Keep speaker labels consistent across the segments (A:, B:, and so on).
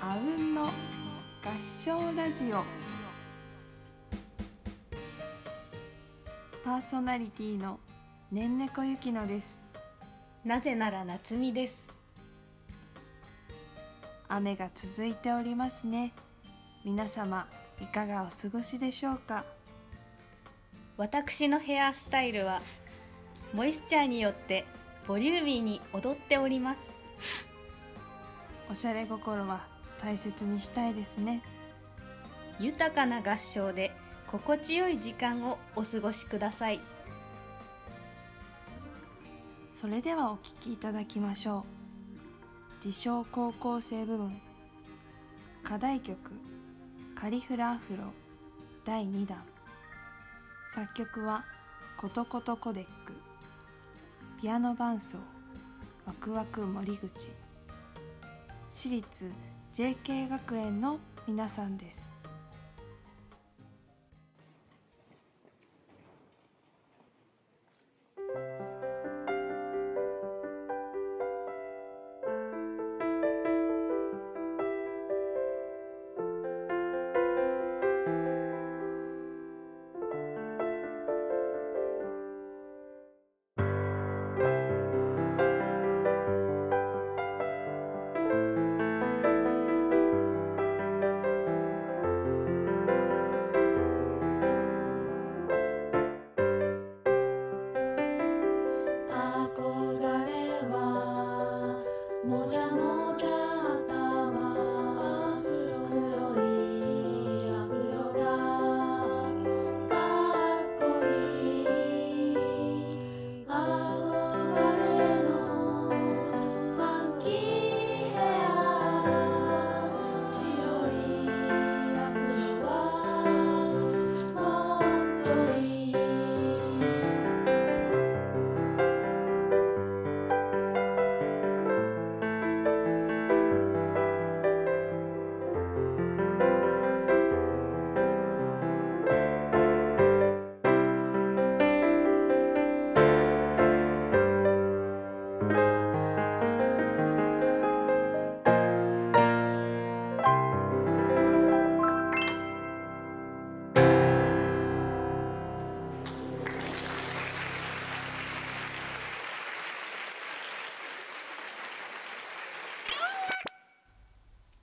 A: あうんの合唱ラジオパーソナリティのねんねこゆきのです
B: なぜなら夏美です
A: 雨が続いておりますね皆様いかがお過ごしでしょうか
B: 私のヘアスタイルはモイスチャーによってボリューミーに踊っております
A: おしゃれ心は大切にしたいですね
B: 豊かな合唱で心地よい時間をお過ごしください
A: それではお聞きいただきましょう自称高校生部門課題曲「カリフラアフロ」第2弾作曲はコトコトコデックピアノ伴奏ワクワク森口私立 JK 学園の皆さんです
C: 憧れはもじゃもじゃ頭黒いアフロがかっこいい憧れのファンキーヘア白いアフロはもっといい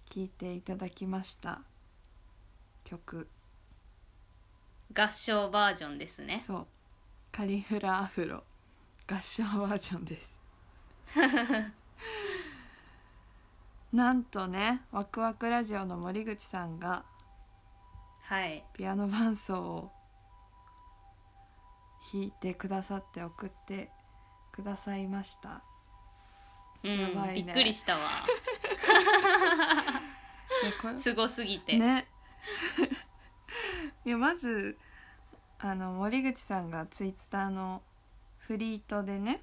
A: 聴いていただきました曲
B: 合唱バージョンですね
A: そうカリフラアフロ合唱バージョンですなんとねワクワクラジオの森口さんが
B: はい
A: ピアノ伴奏を弾いてくださって送ってくださいました
B: う
A: や
B: ん、
A: ばいね
B: びっくり したわ
A: いやこれ
B: すごすぎて、
A: ねいやまずあの森口さんがツイッターのフリートでね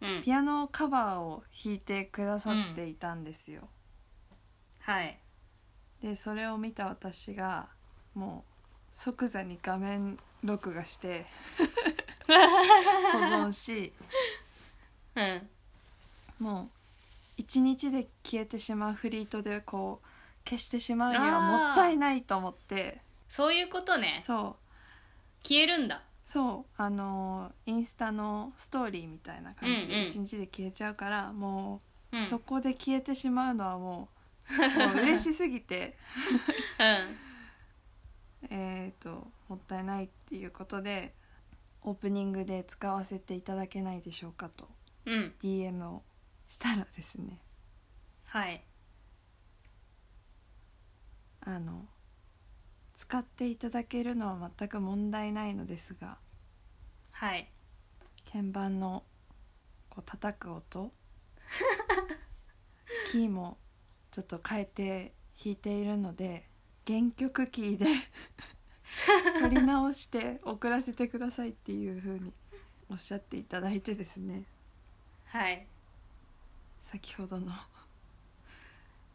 B: うん
A: ピアノカバーを弾いてくださっていたんですよ、
B: はい
A: でそれを見た私がもう即座に画面録画して保存し
B: うん
A: もう一日で消えてしまうフリートでこう消してしまうにはもったいないと思って
B: そういうことね
A: そう
B: 消えるんだ
A: そうあのーインスタのストーリーみたいな感じ
B: うんう
A: で
B: ん
A: 一日で消えちゃうから、も
B: う
A: う、
B: ん
A: そこで消えてしまうのはもうもう嬉しすぎて
B: う
A: えー、ともったいないっていうことでオープニングで使わせていただけないでしょうかと
B: んうん
A: DM をしたらですね
B: はい
A: あの使っていただけるのは全く問題ないのですが
B: はい
A: 鍵盤のこう叩く 音キーもちょっと変えて弾いているので原曲キ ーで取り直して送らせてくださいっていう風におっしゃっていただいてですね
B: はい
A: 先ほどの、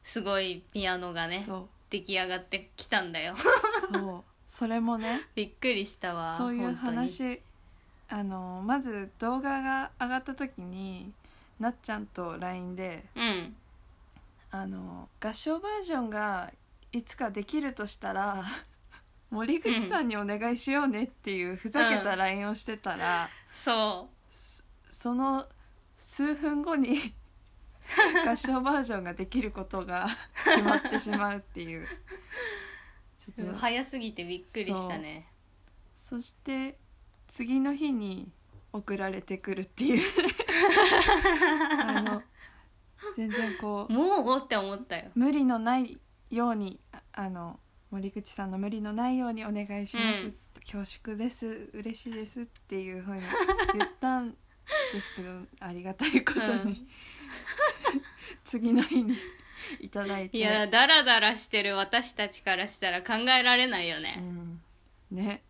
B: すごいピアノがね
A: そう
B: 出来上がってきたんだよ
A: そうそれもね
B: びっくりした わ
A: そういう
B: 本当に
A: 話あのまず動画が上がった時になっちゃんと LINE で
B: うん
A: 「あの合唱バージョンがいつかできるとしたら 森口さんにお願いしようねっていうふざけた LINE をしてたら、
B: そ
A: その数分後 に合唱バージョンができることが決まってしまうっていうち
B: う、
A: ょっと
B: 早すぎてびっくりしたね
A: そして次の日に送られてくるっていう あの全然こう
B: もうって思ったよ
A: 無理のないようにああの森口さんの無理のないようにお願いします、
B: うん
A: 恐縮です嬉しいですっていうふうに言ったんですけどありがたいことに、
B: うん
A: 次の日にいただいて
B: いやダラダラしてる私たちからしたら考えられないよ
A: う
B: ね、
A: ん、ね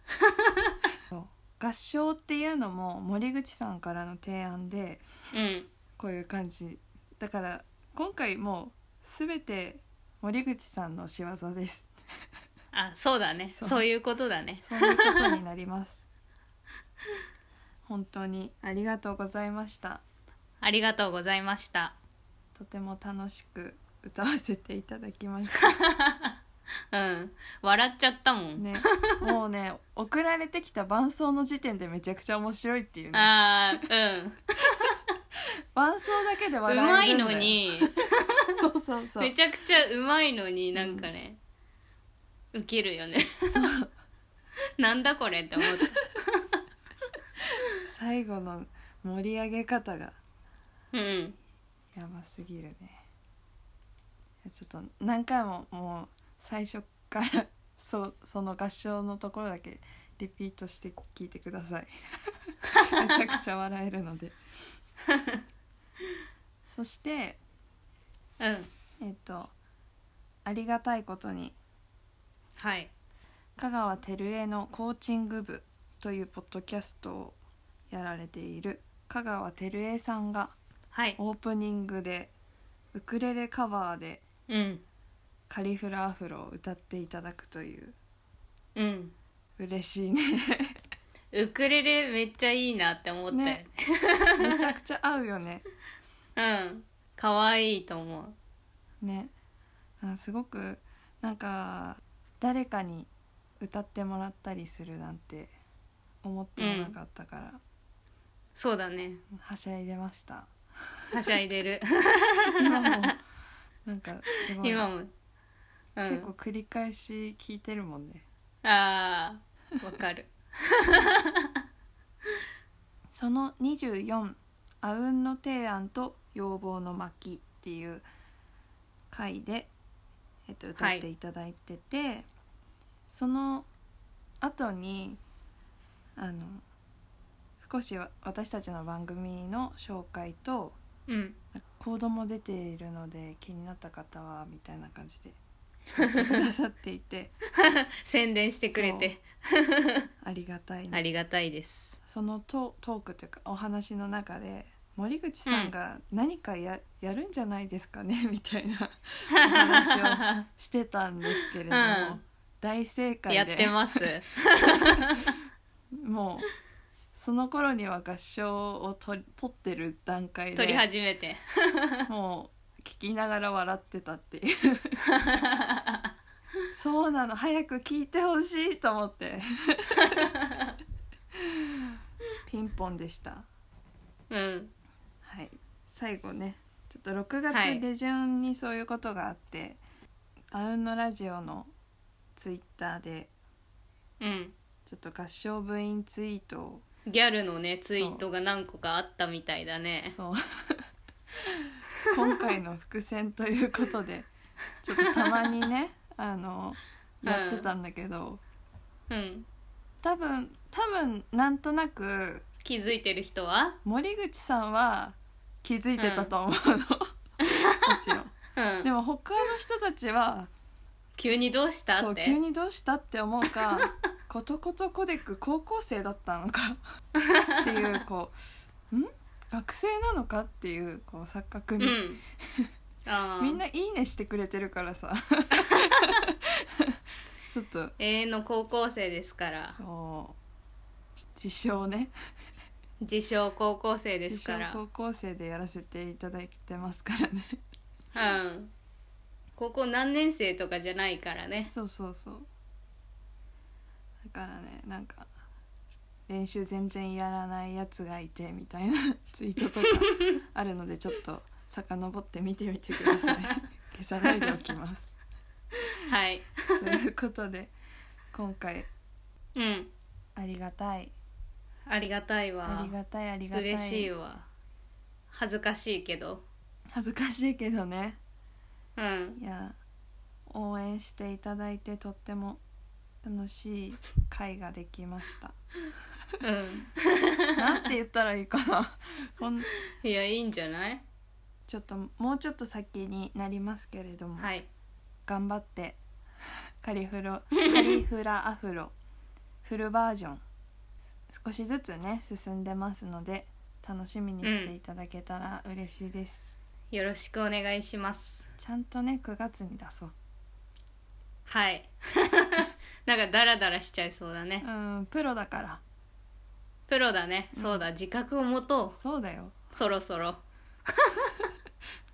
A: そう合唱っていうのも森口さんからの提案で
B: うん、
A: こういう感じだから今回もう全て森口さんの仕業です
B: あそうだね
A: そ
B: そうういうことだね
A: そういうことになります。 本当にありがとうございました。
B: ありがとうございました
A: とても楽しく歌わせていただきました。
B: うん笑っちゃったもん、
A: ね、 もうね、送られてきた伴奏の時点でめちゃくちゃ面白いっていうね。
B: あーうん
A: 伴奏だけで
B: う
A: 笑
B: ま
A: え
B: い
A: るんだよ。
B: の。に
A: そうそうそう
B: め。ちゃくちゃうまいのになんかね、ウケるよね
A: そう
B: なんだこれって思っ
A: 最後の盛り上げ方が
B: たうん
A: やばすぎるね。いやちょっと何回ももう最初から そその合唱のところだけリピートして聞いてください。 めちゃくちゃ笑えるので。 そして
B: うん
A: えっとありがたいことに
B: はい
A: 香川照江のコーチング部というポッドキャストをやられている香川照江さんが
B: はい
A: オープニングでウクレレカバーで
B: うん
A: カリフラアフロを歌っていただくという
B: うん
A: 嬉しい ね
B: ウクレレめっちゃいいなって思ったよね
A: めちゃくちゃ合うよね
B: うん可愛いと思う
A: ねあすごくなんか誰かに歌ってもらったりするなんて思ってもなかったから、
B: そうだね
A: はしゃいでま した
B: はしゃいでる
A: 今もなんかすごい、
B: 今も、うん、
A: 結構繰り返し聞いてるもんね
B: あーわかる
A: その24「あうんの提案と要望の巻」っていう回で、えっと、歌っていただいてて、その後にあの少しわ私たちの番組の紹介と
B: うん
A: コードも出ているので気になった方はみたいな感じでやってくださっていて
B: 宣伝してくれて
A: ありがたい
B: ありがたいです
A: そのトトークというかお話の中で森口さんが何かや,、やるんじゃないですかね みたいなお話をしてたんですけれども、
B: うん
A: 大正解で
B: やって ます
A: もうその頃には合唱をと取ってる段階
B: 撮り
A: で
B: 始めて
A: もう聞きながら笑ってたっていう そうなの早く聞いてほしいと思って ピンポンでした。
B: うん
A: はい、最後ねちょっと6
B: は
A: 月
B: い
A: 下旬にそういうことがあって「あうんのラジオ」のツイッターで
B: うん
A: ちょっと合唱部員ツイートを
B: ギャルのねツイートが何個かあったみたいだね
A: そう 今回の伏線ということでちょっとたまにねあの
B: うん
A: やってたんだけど、
B: うん
A: 多分多分なんとなく
B: 気づいてる人は
A: 森口さんは気づいてたと思うの、 もちろん。
B: うん
A: でも他の人たちは
B: 急にどうした
A: そう
B: って
A: 急にどうしたって思うか ことことコデック高校生だった のかっていうこうん学生なのかっていうこう錯覚
B: う
A: に、
B: んあー
A: みんないいねしてくれてるから さちょっと
B: 永遠の高校生ですから
A: そう自称ね
B: 自称高校生です
A: 自称
B: から
A: 高校生でやらせていただいてますからね
B: うん高校何年生とかじゃないからね
A: そうそうそうだからねなんか練習全然やらないやつがいてみたいな ツイートとかあるのでちょっと遡って見てみてくだ さい消さないでおきます
B: はい
A: ということで今回
B: うん
A: ありがたい
B: ありがたい
A: あ
B: わ
A: りがたいありがたい
B: 嬉しいわ恥ずかしいけど
A: 恥ずかしいけどね
B: うん
A: いや応援していただいてとっても楽しい回ができま した
B: う
A: なんて言ったらいいかなこん
B: んいやいいんじゃない
A: ちょっともうちょっと先になりますけれども、
B: はい
A: 頑張って カリフ ロカリフラアフロフルバージョン少しずつね進んでますので楽しみにしていただけたら嬉しいです、
B: よろしくお願いします
A: ちゃんとね9月に出そう
B: はい なんかダラダラしちゃいそうだね
A: うんプロだから
B: プロだねそうだ自覚を持と
A: そうだよ
B: うそろそろ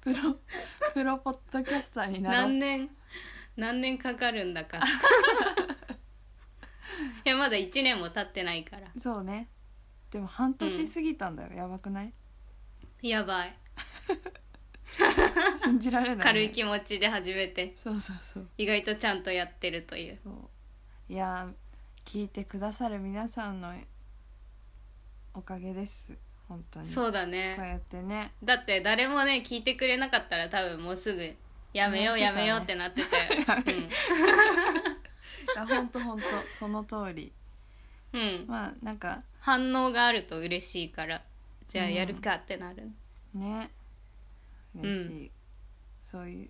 A: プロ プロポッドキャスターになろ
B: 何
A: う
B: 年何年かかるん だかいやまだ1年も経ってないから
A: そうねでも半年過ぎたんだよ、やばくない
B: やばい
A: 信じられない、ね、
B: 軽い気持ちで始めて
A: そうそうそう
B: 意外とちゃんとやってるという
A: そういやー聞いてくださる皆さんのおかげです本当にこ
B: そうだ
A: う
B: ね
A: やってね
B: だって誰もね聞いてくれなかったら多分もうすぐやめよう
A: や
B: や
A: めてたね
B: めようってなってた よ、
A: いや本当本当その通り
B: うん、う ん、
A: まあなんか
B: 反応があると嬉しいからじゃあ
A: うん
B: やるかってなる、
A: ね嬉しい、
B: う
A: そういう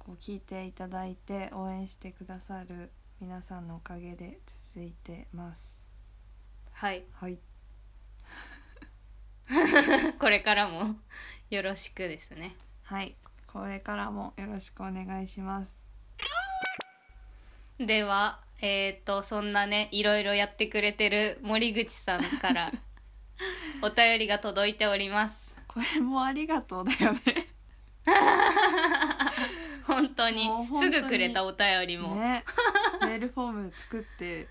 A: こう聞いていただいて応援してくださる皆さんのおかげで続いてます
B: はい
A: はい
B: これからもよろしくですね
A: はいこれからもよろしくお願いします
B: ではえっ、とそんなねいろいろやってくれてる森口さんから お便りが届いております
A: これもありがとうだよね
B: 本当に
A: もう本当に
B: すぐくれたお便りも、
A: ねメールフォーム作って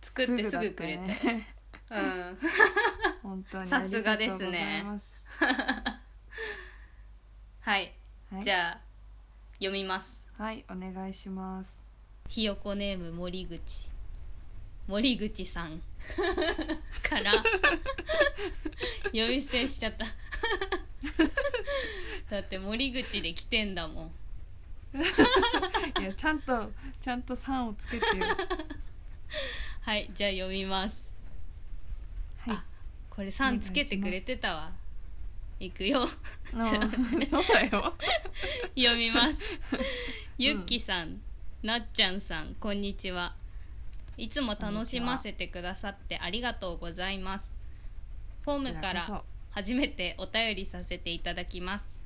B: 作ってす
A: だた
B: ぐくれて、
A: ね
B: うん
A: 本当に
B: さすがで
A: ありが
B: すね
A: とうございます
B: はい、
A: はい、
B: じゃあ読みます
A: はいお願いし ます
B: ひよこネーム森口森口さ んから呼び捨てしちゃ っただって森口で来てんだもん
A: いやちゃんとちゃんと三をつけて よ
B: はいじゃあ読みます
A: はい
B: これさんつけてくれてたわいくよ
A: の
B: ちょっと待っ て
A: そうだよ
B: 読みますゆっきさん、なっちゃんさんこんにちはいつも楽しませてくださってありがとうございますフォームか
A: こちら
B: ら
A: こ
B: 初めてお便りさせていただきます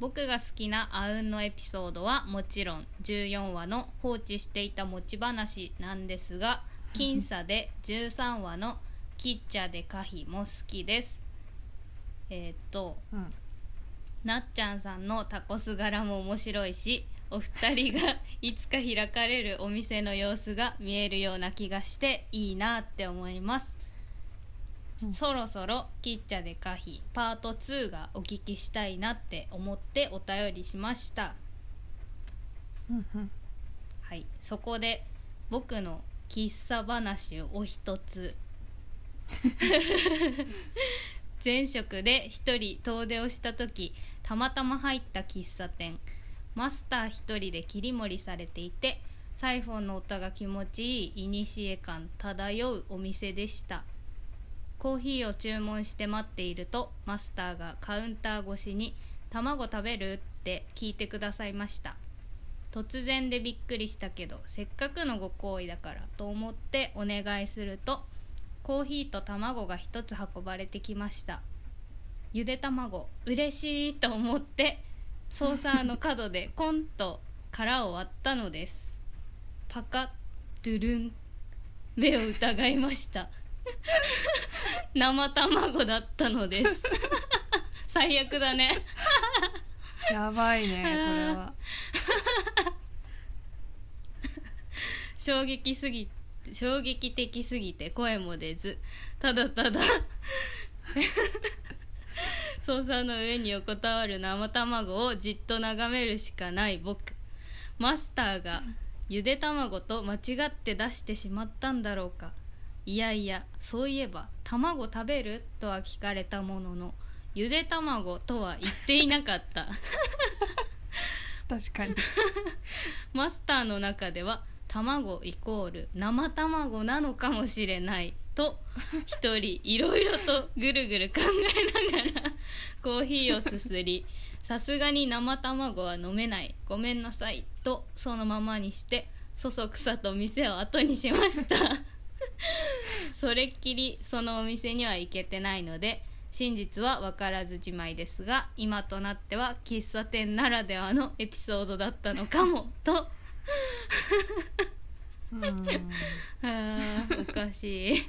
B: 僕が好きなあうんのエピソードはもちろん14話の放置していた持ち話なんですが僅差で13話のキッチャで可否も好きですえーっと
A: そうん
B: なっちゃんさんのタコス柄も面白いしお二人がいつか開かれるお店の様子が見えるような気がしていいなって思います、
A: うん
B: そろそろ「キッチャで可否パート2がお聞きしたいなって思ってお便りしました
A: うんうん
B: はいそこで僕の喫茶話をお一つ前職で一人遠出をした時たまたま入った喫茶店マスター一人で切り盛りされていてサイフォンの音が気持ちいい古感漂うお店でしたコーヒーを注文して待っているとマスターがカウンター越しに「卵食べる?」って聞いてくださいました突然でびっくりしたけどせっかくのご好意だからと思ってお願いするとコーヒーと卵が一つ運ばれてきましたゆで卵嬉しいと思ってソーサーの角でコンと殻を割ったのですパカッドゥルン目を疑いました 生卵だったのです最悪だね
A: やばい ねこれは
B: 衝撃すぎ衝撃的すぎて声も出ずただただ 操作の上に横たわる生卵をじっと眺めるしかない僕マスターがゆで卵と間違って出してしまったんだろうかいやいやそういえば「卵食べる?」とは聞かれたもののゆで卵とは言っていなかった
A: 確かに
B: マスターの中では卵イコール生卵なのかもしれないと一人いろいろとぐるぐる考えながらコーヒーをすすりさすがに生卵は飲めないごめんなさいとそのままにしてそそくさと店を後にしました それっきりそのお店には行けてないので真実は分からずじまいですが今となっては喫茶店ならではのエピソードだったのかもと
A: うん
B: あーおかしい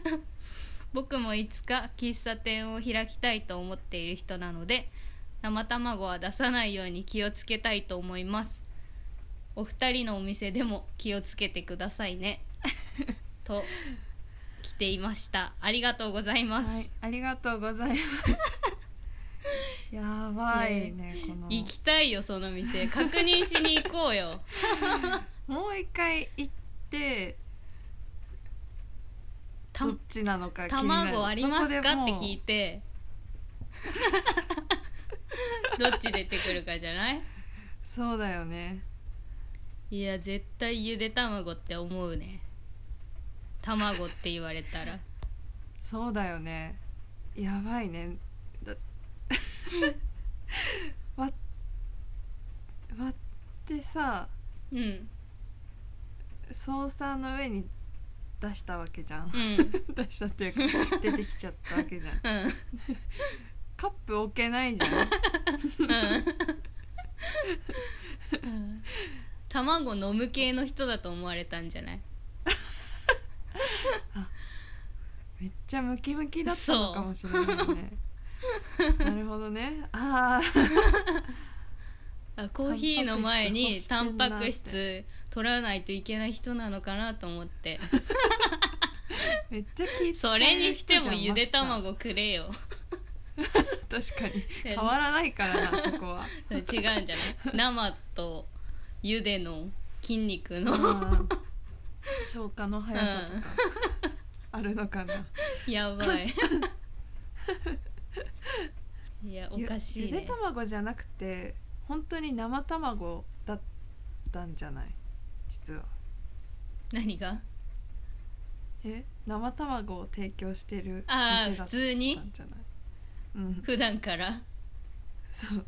B: 僕もいつか喫茶店を開きたいと思っている人なので生卵は出さないように気をつけたいと思いますお二人のお店でも気をつけてくださいね と来ていましたありがとうございま
A: はい
B: す、、
A: ありがとうござい ます。やばいね、この。
B: 行きたいよその店確認しに行こうよ
A: もう一回行って、
B: た
A: どっ ちなのか気になる。
B: 卵ありますかって
A: そこでもう
B: 聞いてどっち出てくるかじゃない
A: そうだよね。
B: いや絶対ゆで卵って思うね卵って言われたら
A: そうだよね。やばいね。だ 割割ってさ、
B: うんうん
A: ソーサーの上に出したわけじゃん。 出したっていうか、出てきちゃったわけ じゃん。
B: うん
A: カップ置けないじゃん。
B: 卵飲む系の人だと思われたんじゃない
A: めっちゃムキムキだったのかもしれない ねなるほどねああ
B: あコーヒーの前にタ
A: タ
B: ン
A: ン
B: パ
A: パ
B: ク
A: ク質欲
B: 質取らないといけない人なのかなと思って
A: めっちゃ気使
B: そ
A: え
B: れ
A: る
B: に
A: 人
B: し
A: じ
B: て
A: ゃん
B: もゆで卵くれよ
A: マスター確か に変わらないからなそこは
B: 違うんじ ゃない生とゆでの筋肉の
A: うん消化の速さとかあるのかな、
B: やば いいやお
A: ゆ
B: かしい
A: ゆ
B: ね
A: で卵じゃなくて本当に生卵だったんじゃない実は
B: 何が
A: え生卵を提供してる
B: あ
A: 店
B: ー
A: だった
B: 普通に
A: んじゃないうん
B: 普段から
A: そう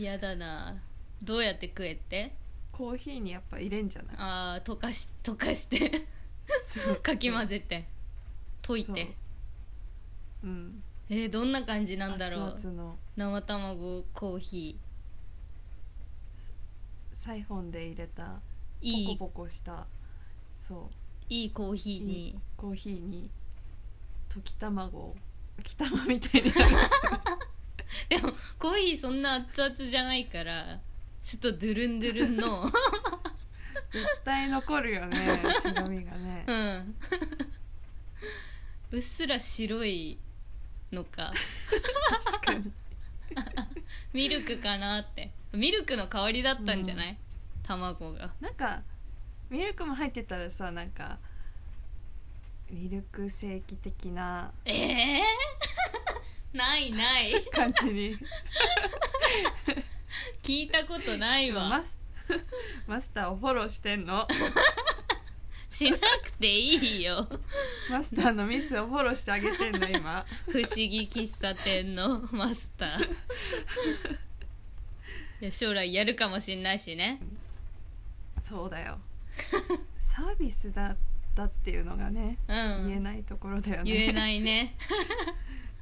B: やだなどうやって食えって
A: コーヒーにやっぱ入れんじゃない
B: あー溶かし溶かして
A: そう
B: かき混ぜて溶いて
A: そううん
B: えーどんな感じなんだろう
A: 熱々の
B: 生卵コーヒ
A: サイフォンで入れた
B: ーいい
A: ポコポコしたそ
B: いいコーヒ
A: う
B: ー
A: いい
B: に
A: コーヒーに溶き卵を溶き卵みたいになる
B: でもコーヒーそんな熱々じゃないからちょっとドゥルンドゥルンの
A: 絶対残る よね白身がね
B: うんうっすら白いのか
A: 確かに
B: ミルクかなってミルクの代わりだったんじゃない、卵が
A: なんかミルクも入ってたらさなんかミルクセーキ的な
B: ええ ないない
A: 感じに
B: 聞いたことないわ
A: マス マスターをフォローしてん の
B: しなくていいよ
A: マスターのミスをフォローしてあげてんの今
B: 不思議喫茶店のマスタ ーいや将来やるかもしんないしね
A: そうだ よサービスだったっていうのがね
B: う
A: 言え
B: ん
A: ないところだよね
B: 言え
A: い
B: ないね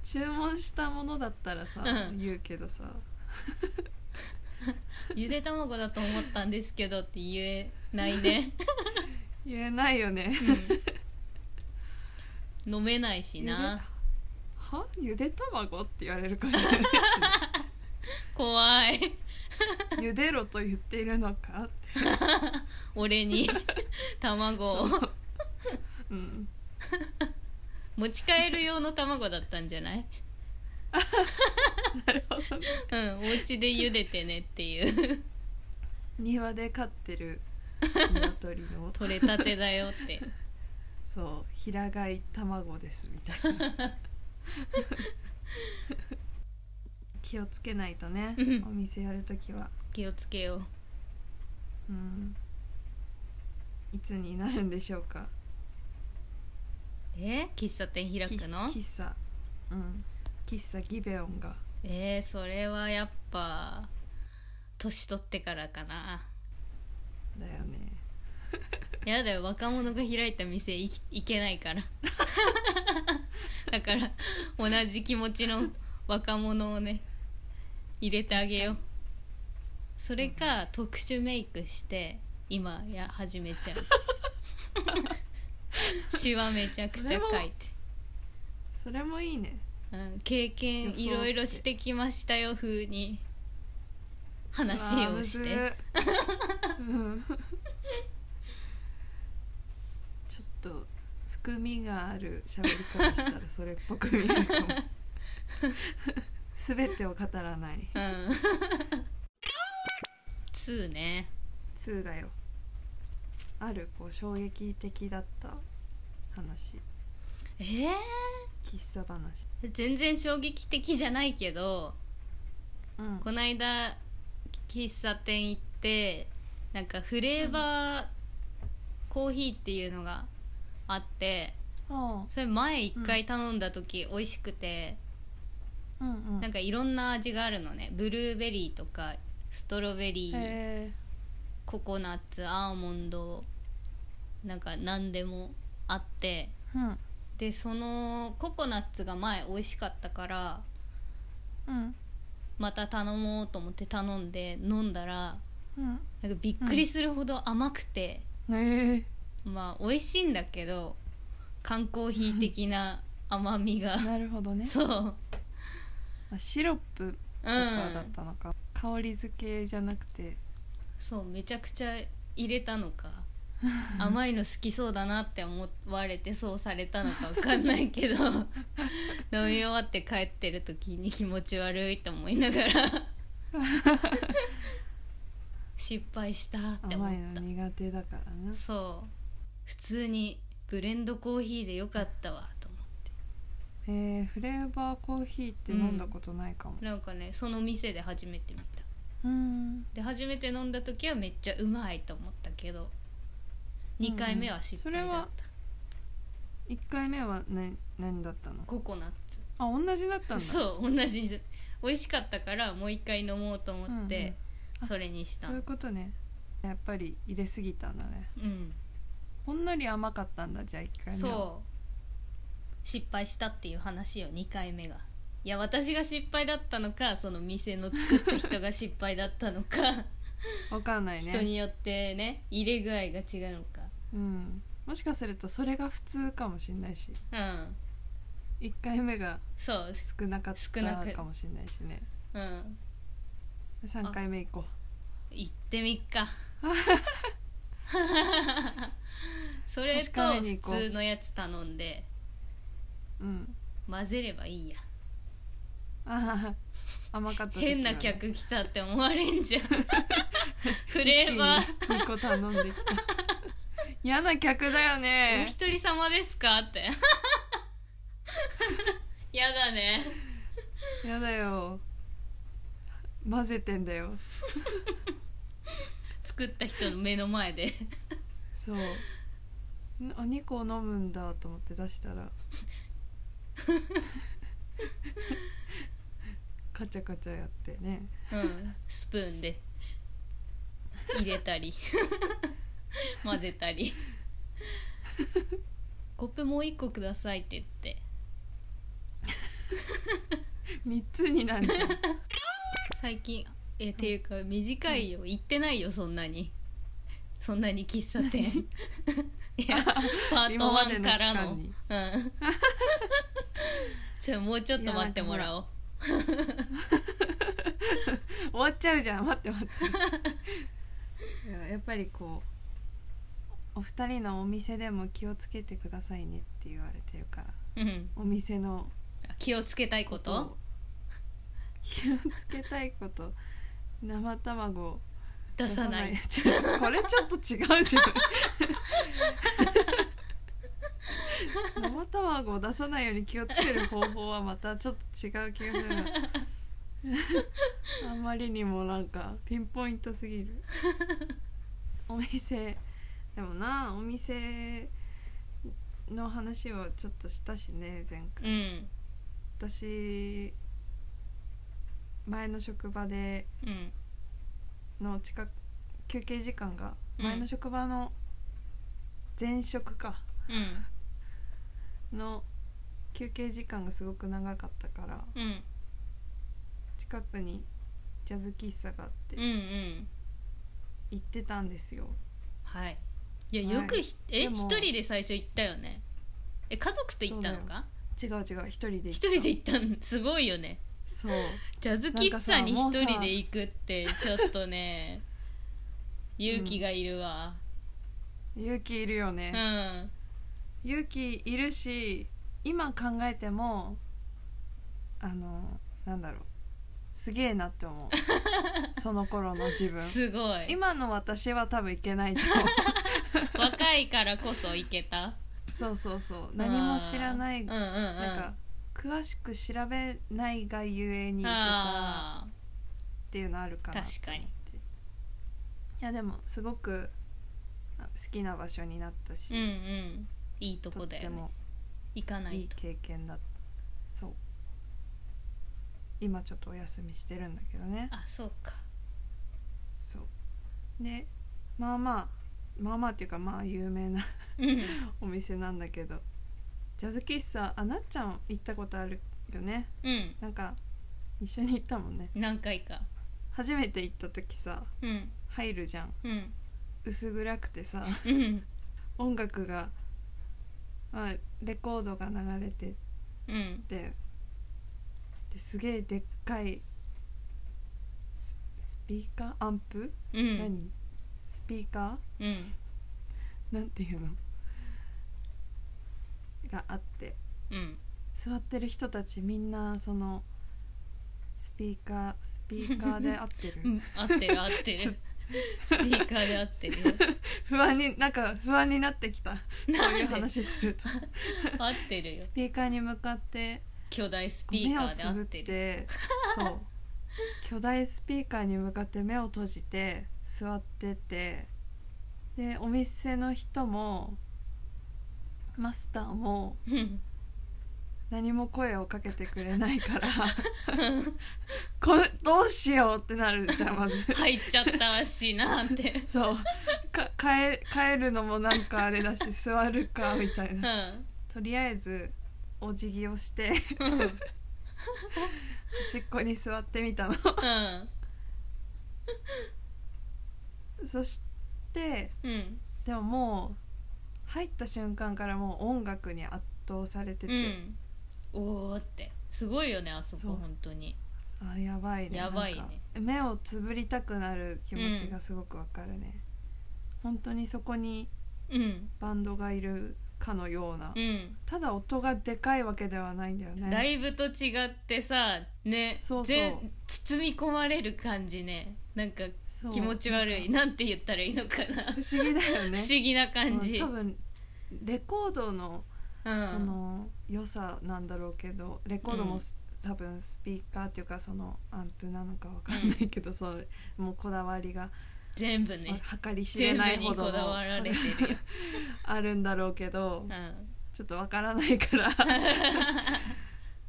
A: 注文したものだったらさ、
B: うん
A: 言うけどさ
B: ゆで卵だと思ったんですけどって言えないね、
A: 言えないよね
B: うん飲めないし
A: ゆで
B: な
A: はゆで卵って言われるかもしれない
B: 怖い
A: 茹でろと言っているのかって、
B: 俺に卵を
A: うん、
B: 持ち帰る用の卵だったんじゃない
A: なるほどね
B: うんお家で茹でてねっていう
A: 庭で飼ってる鶏 の
B: 取れたてだよって
A: そう平飼い卵ですみたいな 気をつけないとね
B: うん
A: お店やるときは、
B: 気をつけよう
A: うん、いつになるんでしょうか
B: え喫茶店開くの
A: き喫茶うん喫茶ギベオンが
B: えー、それはやっぱ年取ってからかな
A: だよね
B: やだよ若者が開いた店行き行けないから だから同じ気持ちの若者をね入れてあげようそれか、特殊メイクして今や始め ちゃうシワめちゃくちゃ描いて、
A: それもいいね
B: うん、経験いろいろしてきましたよ風に話
A: うわー
B: を
A: む
B: し
A: ず
B: て。
A: うん ちょっと含みがある喋り方したらそれっぽく見えるかも全てを語らない
B: うん。2ね。
A: 2だよあるこう衝撃的だった話
B: えー、
A: 喫茶話
B: 全然衝撃的じゃないけど
A: うん
B: こないだ喫茶店行ってなんかフレーバーコーヒーっていうのがあって
A: あ
B: それ前一回頼んだ時美味しくて、
A: あうんうん
B: なんかいろんな味があるのねブルーベリーとかストロベリー
A: へ
B: ココナッツアーモンドなんか何でもあって。
A: ーうん
B: でそのココナッツが前美味しかったから
A: うん
B: また頼もうと思って頼んで飲んだら
A: うん
B: なんかびっくりするほど甘くて、
A: ね
B: まあ美味しいんだけど缶コーヒー的な甘みが
A: えなるほどね
B: そう
A: あシロップと
B: う
A: かだっ
B: ん
A: たのか、香り付けじゃなくて
B: そうめちゃくちゃ入れたのか甘いの好きそうだなって思われてそうされたのかわかんない けど飲み終わって帰ってる時に気持ち悪いと思い ながら失敗したって思
A: 甘い
B: っ
A: の
B: た
A: 苦手だからな
B: そう普通にブレンドコーヒーでよかったわと思って
A: えー、フレーバーコーヒーって飲んだことないかも
B: なんかねその店で初めて見た
A: うん
B: で初めて飲んだ時はめっちゃうまいと思ったけど2回目は失敗だった、
A: うんうんそ1回目は何何だったの
B: ココナッツ
A: あ同じだったんだう
B: そう同じ美味しかったからもう一回飲もうと思って、
A: うんうんあ
B: それにした
A: そういうことねやっぱり入れすぎたんだね
B: うん
A: ほんのり甘かったんだじゃあ1回目は
B: そう失敗したっていう話を2回目がいや私が失敗だったのかその店の作った人が失敗だったのか
A: わかんないね
B: 人によってね入れ具合が違うのか
A: うん、もしかするとそれが普通かもしれないし
B: うん
A: 1回目が
B: そう
A: 少なかっ
B: 少なく
A: たかもしれないしね
B: うん
A: 3回目行こ
B: 行ってみっかそれ
A: 確
B: と
A: かに
B: 普
A: 行こう
B: 通のやつ頼んで
A: ううん
B: 混ぜればいいや
A: ああ甘かった時はね
B: 変な客来たって思われんじ ゃんフレーバー
A: 一気に一個頼んできた嫌な客だよ
B: 「お
A: ね
B: 一人様ですか?」って やだね
A: 嫌だよ混ぜてんだよ
B: 作った人の目の前で
A: そうんあ2個飲むんだと思って出した らカチャカチャやってね
B: うんスプーンで入れ たり混ぜたり「コップもう一個ください」って言って
A: 3つになる じゃん
B: 最近えっていうか短いよ行ってないよそんなにそんなに喫茶店 いやパート
A: 今まで
B: 1
A: の
B: からの
A: 期間に
B: うん じゃあもうちょっと待ってもらおう
A: 終わっちゃうじゃん待って待っていややっぱりこうお二人のお店でも気をつけてくださいねって言われてるから
B: うん
A: お店の
B: 気をつけたいこと
A: を気をつけたいこと生卵
B: 出さない
A: 出さないこれちょっと違うじゃん生卵を出さないように気をつける方法はまたちょっと違う気がするなあんまりにもなんかピンポイントすぎるお店でもなお店の話をちょっとしたしね前回
B: うん
A: 私前の職場で
B: うん
A: の近く休憩時間が
B: うん
A: 前の職場の前職か
B: うん
A: の休憩時間がすごく長かったから
B: うん
A: 近くにジャズ喫茶があって
B: うんうん
A: 行ってたんですよ
B: はいい
A: は
B: や
A: い
B: よくひ、え
A: で
B: 一
A: も
B: 人で最初行ったよねえ家族と行ったのか
A: 違う違う一人で行っ
B: 一人で行ったのすごいよね
A: そう
B: ジャズ喫茶に
A: な
B: 一
A: んかさ
B: 人で行くってちょっ とね勇気がいるわ
A: 勇気いるよ
B: う
A: ね
B: ん、うん
A: 勇気いるし今考えてもあのなんだろうすげえなって思 うその頃の自分
B: すごい
A: 今の私は多分いけないと 思う
B: 若いからこそ行けた
A: そうそうそう 何も知らない、
B: うんうん
A: な
B: う
A: か
B: んん
A: 詳しく調べないがゆえにとか
B: あ
A: っていうのあるか
B: あ
A: らい
B: 確かに
A: やでもすごくあ好きな場所になったし、
B: うんうんいいと
A: と
B: こ
A: っ
B: だ
A: て
B: よね
A: も
B: 行かない
A: いい
B: と
A: 経験だそう今ちょっとお休みしてるんだけどね
B: あそうか
A: そうでまあまあまあまあっていうかまあ有名な
B: うん
A: お店なんだけどジャズ喫茶あなっちゃん行ったことあるよね
B: うん
A: なんか一緒に行ったもんね
B: 何回か
A: 初めて行った時さ
B: うん
A: 入るじゃん
B: うん
A: 薄暗くて さ
B: うん
A: 音楽が、まあ、レコードが流れて
B: うん
A: てですげえでっかいススピーカーアンプ、
B: うん
A: 何スピーカ
B: うん
A: ーなんていうのがあって
B: うん
A: 座ってる人たちみんなそのスピーカースピーカーで合ってる
B: うん合ってる合ってるスピーカーで合ってるよ
A: 不安になんか不安になってきたそういう
B: なんで
A: 話すると
B: 合ってるよ
A: スピーカーに向かって
B: 巨大スピー
A: 目
B: カ
A: を
B: ーで合
A: つぶ
B: っ
A: ってて
B: る
A: そう巨大スピーカーに向かって目を閉じて座っててでお店の人もマスターも
B: うん
A: 何も声をかけてくれないから これどうしようってなるじゃんまず
B: 入っちゃったしなって
A: そう か帰帰るのもなんかあれだし座るかみたいうなんとりあえずお辞儀をして
B: うんうん
A: 端っこに座ってみたの そして
B: うん
A: でももう入った瞬間からもう音楽に圧倒されて
B: う
A: て、
B: んおーってすごいよねあそこ
A: そう
B: 本当に
A: あやばいね
B: やばいね
A: なんか目をつぶりたくなる気持ちがすごくわかるね、本当にそこに
B: うん
A: バンドがいるかのような、
B: うん
A: ただ音がでかいわけではないんだよ
B: ラ
A: ね
B: イブと違ってさね
A: そうそう
B: 全包み込まれる感じねなんか
A: そう
B: 気持ち悪い
A: なんか
B: なんて言ったらいいのかな
A: 不思議だよね
B: 不思議な感じ
A: うん多分レコードの
B: うん
A: その良さなんだろうけどレコード
B: う
A: も
B: ん
A: す、多分スピーカーっていうかそのアンプなのかわかんないけど、それもうこだわりが、
B: 全部
A: ま
B: ね
A: あ計り知れ
B: 全部
A: ないほ
B: に
A: ど
B: こ
A: の
B: だわられてるよ、
A: あるんだろうけど
B: うん
A: ちょっとわからないから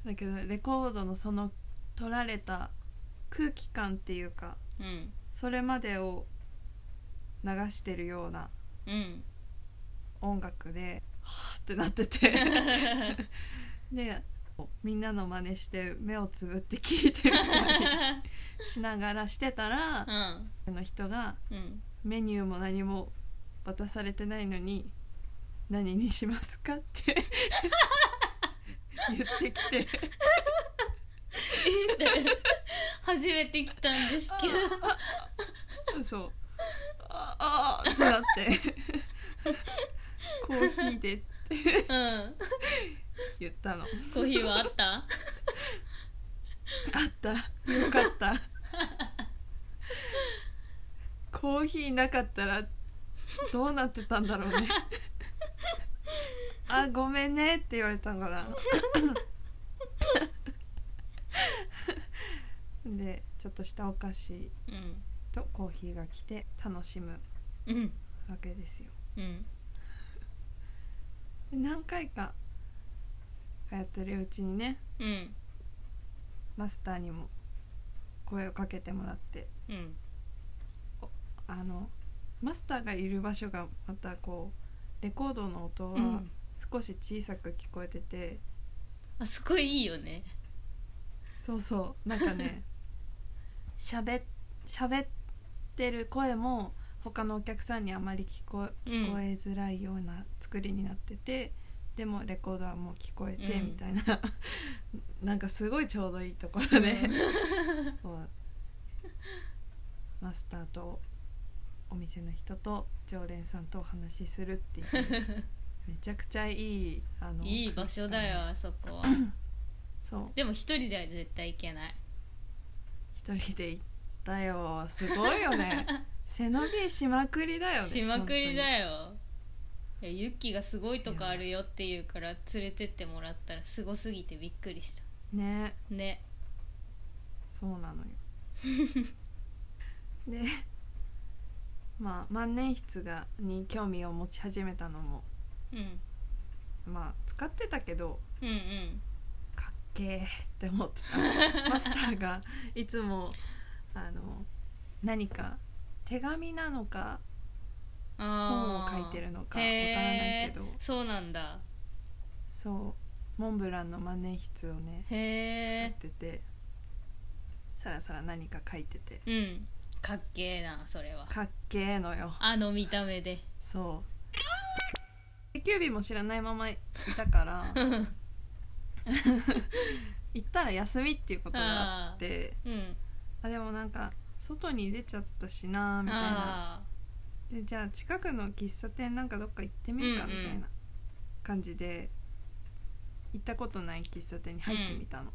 A: だけどレコードのその取られた空気感っていうか
B: うん
A: それまでを流してるような
B: うん
A: 音楽ではぁってなっててでみんなの真似して目をつぶって聞いてみたりしながらしてたら
B: う、ん
A: あの人が
B: うん
A: メニューも何も渡されてないのに「何にしますか?」って言ってきて
B: 初めて来たんですけど
A: そうああーってなってコーヒーでって
B: うん
A: 言ったのあ
B: コーヒーはあった
A: ったよかったコーヒーなかったらどうなってたんだろうねあごめんねって言われたのかな でちょっとしたお菓子
B: うん
A: とコーヒーが来て楽しむ
B: うん
A: わけですよ
B: うん
A: で何回か通ってるうちにね
B: うん
A: マスターにも声をかけてもらって
B: うん
A: あのマスターがいる場所がまたこうレコードの音
B: う
A: は
B: ん
A: 少し小さく聞こえてて、
B: あそこいいよね
A: そうそうなんかね 喋っ喋ってる声も他のお客さんにあまり聞こ聞こえづらいような作りになってて、でもレコードはもう聞こえて
B: うん
A: みたいな、 なんかすごいちょうどいいところで、 こうマスターとお店の人と常連さんとお話しするっていう めちゃくちゃいいあの
B: いい場所だよあそこ は
A: そう
B: でも一人では絶対行け ない
A: 一人で行ったよすごいよ ね背伸びしまくりだよね
B: しまくり
A: よ
B: だよいやユッキーがすごいとこあるよって言うから連れてってもらったらすごすぎてびっくりした
A: ね
B: ね
A: そうなのよ でまあ万年筆がに興味を持ち始めたのも
B: うん
A: まあ使ってたけど
B: うんうん
A: かっけーって思ってた マスターがいつもあの何か手紙なのか
B: あー
A: 本を書いてるのか
B: へー
A: わからないけど
B: そうなんだ
A: そうモンブランの万年筆をね
B: へ
A: 使って
B: え
A: てさらさら何か書いてて
B: うんかっけえなそれは
A: かっけえのよ
B: あの見た目で
A: そう定休日も知らないままいたから行ったら休みっていうことがあって
B: うん
A: あでもなんか外に出ちゃったしなーみたいな
B: あ
A: でじゃあ近くの喫茶店なんかどっか行ってみるか
B: うん
A: み
B: うん
A: たいな感じで行ったことない喫茶店に入ってみたの、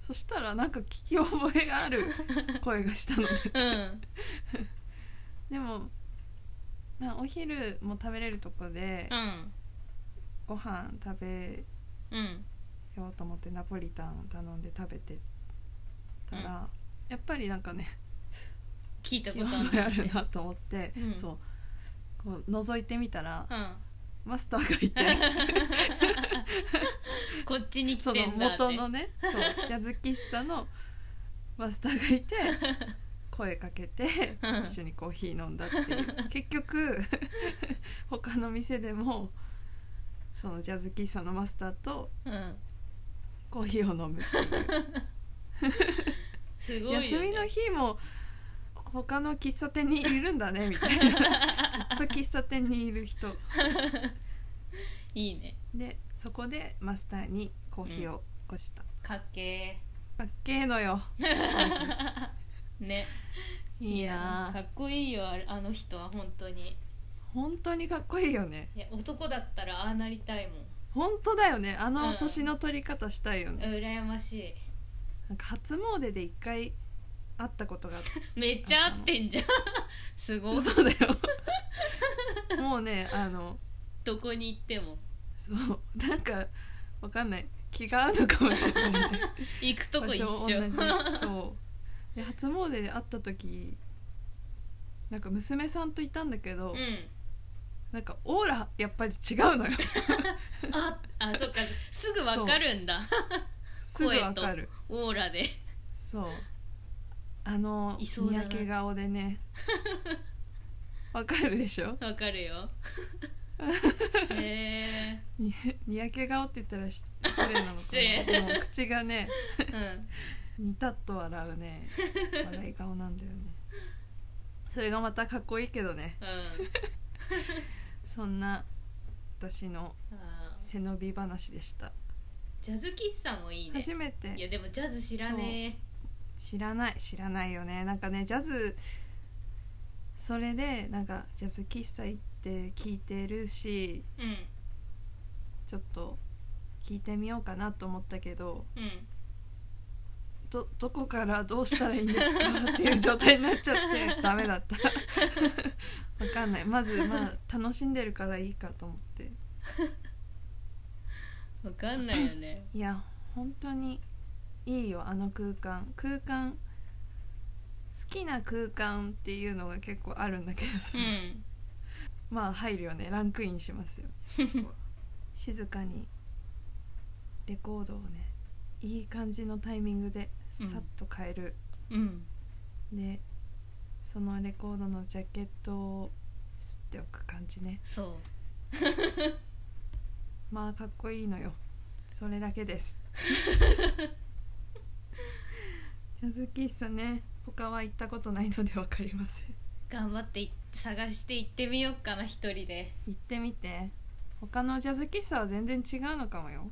A: そしたらなんか聞き覚えがある 声がしたのね
B: ー うん
A: でもなお昼も食べれるとこで
B: うん
A: ご飯食べ
B: うん
A: ようと思ってナポリタンを頼んで食べてたら、やっぱりなんかね
B: 聞いた
A: 聞
B: こ
A: き
B: とあ
A: 覚えあ るなと思って、
B: うん
A: そうこう覗いてみたら、
B: う
A: マスターがいて。
B: んこっちに来
A: その
B: てんだって
A: 元のねそうジャズ喫茶のマスターが いて声かけて
B: うん
A: 一緒にコーヒー飲んだって いう結局 他の店でもそのジャズ喫茶のマスターと
B: うん
A: コーヒーを飲むっていう
B: すごいよ、ね、
A: 休みの日も他の喫茶店にいるんだねみた いなずっと喫茶店にいる人
B: いいね
A: でそこでマスターにコーヒーをこした、
B: かっけ
A: かっけえのよ
B: ーね
A: い
B: やかっこいいよあれあの人は本当に
A: 本当にかっこいいよね
B: いや男だったらああなりたいもん
A: 本当だよねあ
B: う
A: の
B: ん
A: 年の取り方したいよね、
B: 羨ましい
A: なんか初詣で一回会ったことがあって
B: めっちゃ合ってんじゃん すごい
A: そうだよもうねあの
B: どこに行っても
A: そうなんかわかんない気が合うのかもしれ ない
B: 行くとこ一緒
A: 場所同じそうで初詣で会った時なんか娘さんといたんだけど、
B: うん
A: なんかオーラやっぱり違う のよ
B: ああそっかすぐわかるんだ
A: すぐわかる
B: オーラで
A: そうあの
B: いそう
A: に
B: だな
A: やけ顔で ねわかるでしょ
B: わかる よへえ
A: ににやけ顔って言ったらし失礼なのかな
B: 失礼
A: でも口がね
B: うん
A: にたっと笑う ね笑い顔なんだよねそれがまたかっこいいけどね
B: うん
A: そんな私の
B: あー
A: 背伸び話でした
B: ジャズ喫茶もいいね
A: 初め
B: い
A: て
B: やでもジャズ知らね
A: 知らない知らないよねなんかねジャズそれでなんかジャズ喫茶行って聞いてるし
B: うん
A: ちょっと聞いてみようかなと思ったけど
B: うん
A: どどこからどうしたらいいんですかっていう状態になっちゃってダメだった わかんないまずまあ楽しんでるからいいかと思って
B: わかんないよね
A: いや本当にいいよあの空間空間好きな空間っていうのが結構あるんだけど
B: う
A: さ、
B: ん
A: まあ入るよねランクインし ますよ静かにレコードをねいい感じのタイミングでさっと変える、
B: うん
A: でそのレコードのジャケットを吸っておく感じね
B: そう
A: まあかっこいいのよそれだけですジャズ喫茶ね他は行ったことないので分かりません
B: 頑張ってい探して行ってみようかな一人で
A: 行ってみて他のジャズ喫茶は全然違うのかもよ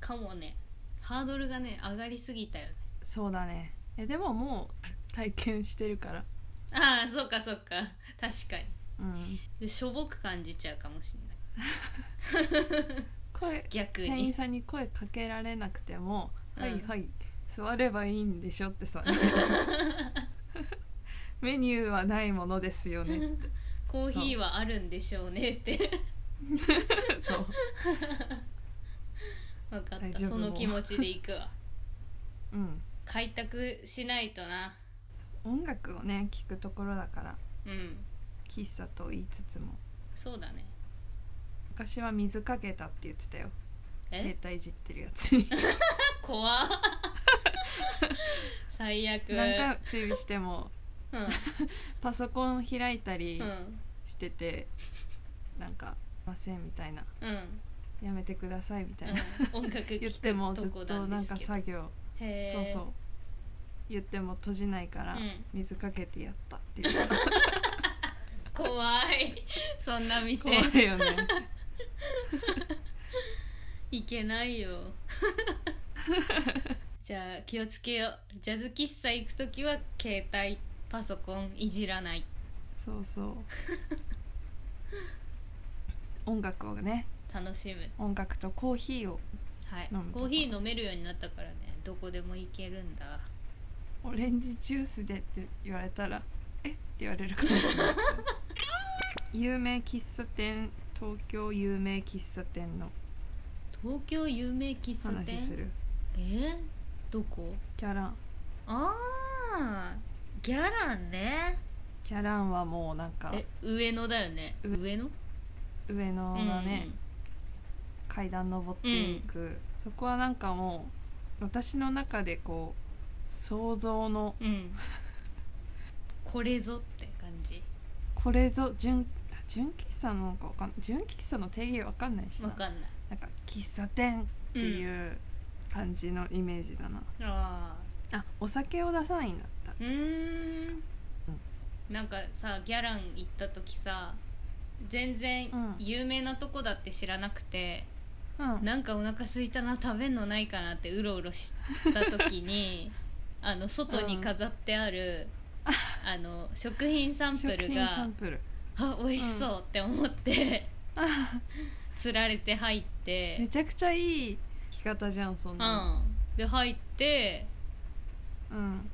B: かもねハードルがね上がりすぎたよね
A: そうだねえでももう体験してるから
B: ああそうかそうか確かに
A: うん
B: でしょぼく感じちゃうかもしれない
A: 声
B: 逆
A: 店員
B: に
A: さんに声かけられなくても「
B: うん
A: はいはい座ればいいんでしょ」って さメニューはないものですよ ね」って
B: コーヒーはあるんでしょうねって
A: そう
B: 分かっ
A: 大
B: た
A: 丈夫
B: その気持ちで行くわ
A: うん
B: 開拓しないとな
A: 音楽をね聞くところだから
B: うん
A: 喫茶と言いつつも
B: そうだね
A: 昔は水かけたって言ってたよ携
B: え
A: 帯いじってるやつ に
B: 怖 最悪
A: 何回も注意しても
B: うん
A: パソコン開いたり
B: うん
A: してて、なんか「ません」みたいな
B: うん、
A: 「やめてください」みたいな、
B: うん、音楽
A: 言
B: 聴
A: っても
B: く
A: ず
B: と
A: っ
B: ことな
A: なんん
B: です
A: か
B: けど
A: 作業
B: へ
A: そう
B: ー
A: そう言っても閉じないから
B: うん
A: 水かけてやったっていう、
B: 怖いそんな店
A: 怖いよね
B: いけない よじゃあ気をつけようジャズ喫茶行く時は携帯パソコンいじらない
A: そうそう音楽をね
B: 楽しむ
A: 音楽とコーヒーを
B: はい
A: 飲むとこ
B: コーヒー飲めるようになったからねどこでも行けるんだ
A: オレンジジュースでって言われたらえって言われるかもし れない有名喫茶店東京有名喫茶店の
B: 東京有名喫茶
A: 話す
B: 店
A: る
B: えー、どこ
A: キャラン
B: ああギャランね
A: キャランはもうなんか
B: え上野だよね
A: う
B: 上野
A: 上野がね、階段登っていく、そこはなんかもう私の中でこう想像の
B: うん、うん、これぞって感じ
A: これぞ純あ純喫茶なのかわかん純喫茶の定義わかんないしな
B: わかんない
A: なんか喫茶店っていう感じのイメージだな、
B: ああ
A: あお酒を出さないんだった
B: うーんなんかさギャラン行った時さ全然
A: うん
B: 有名なとこだって知らなくて、
A: うん
B: なんかお腹空いたな食べんのないかなってうろうろした 時にあの外に飾ってある、あの食品サンプ
A: 食
B: ル
A: 品サ
B: が
A: ンプル
B: あ美味しそうって思って、 釣られて入って
A: めちゃくちゃいい着方じゃんそん
B: う
A: なの
B: んで入って
A: うん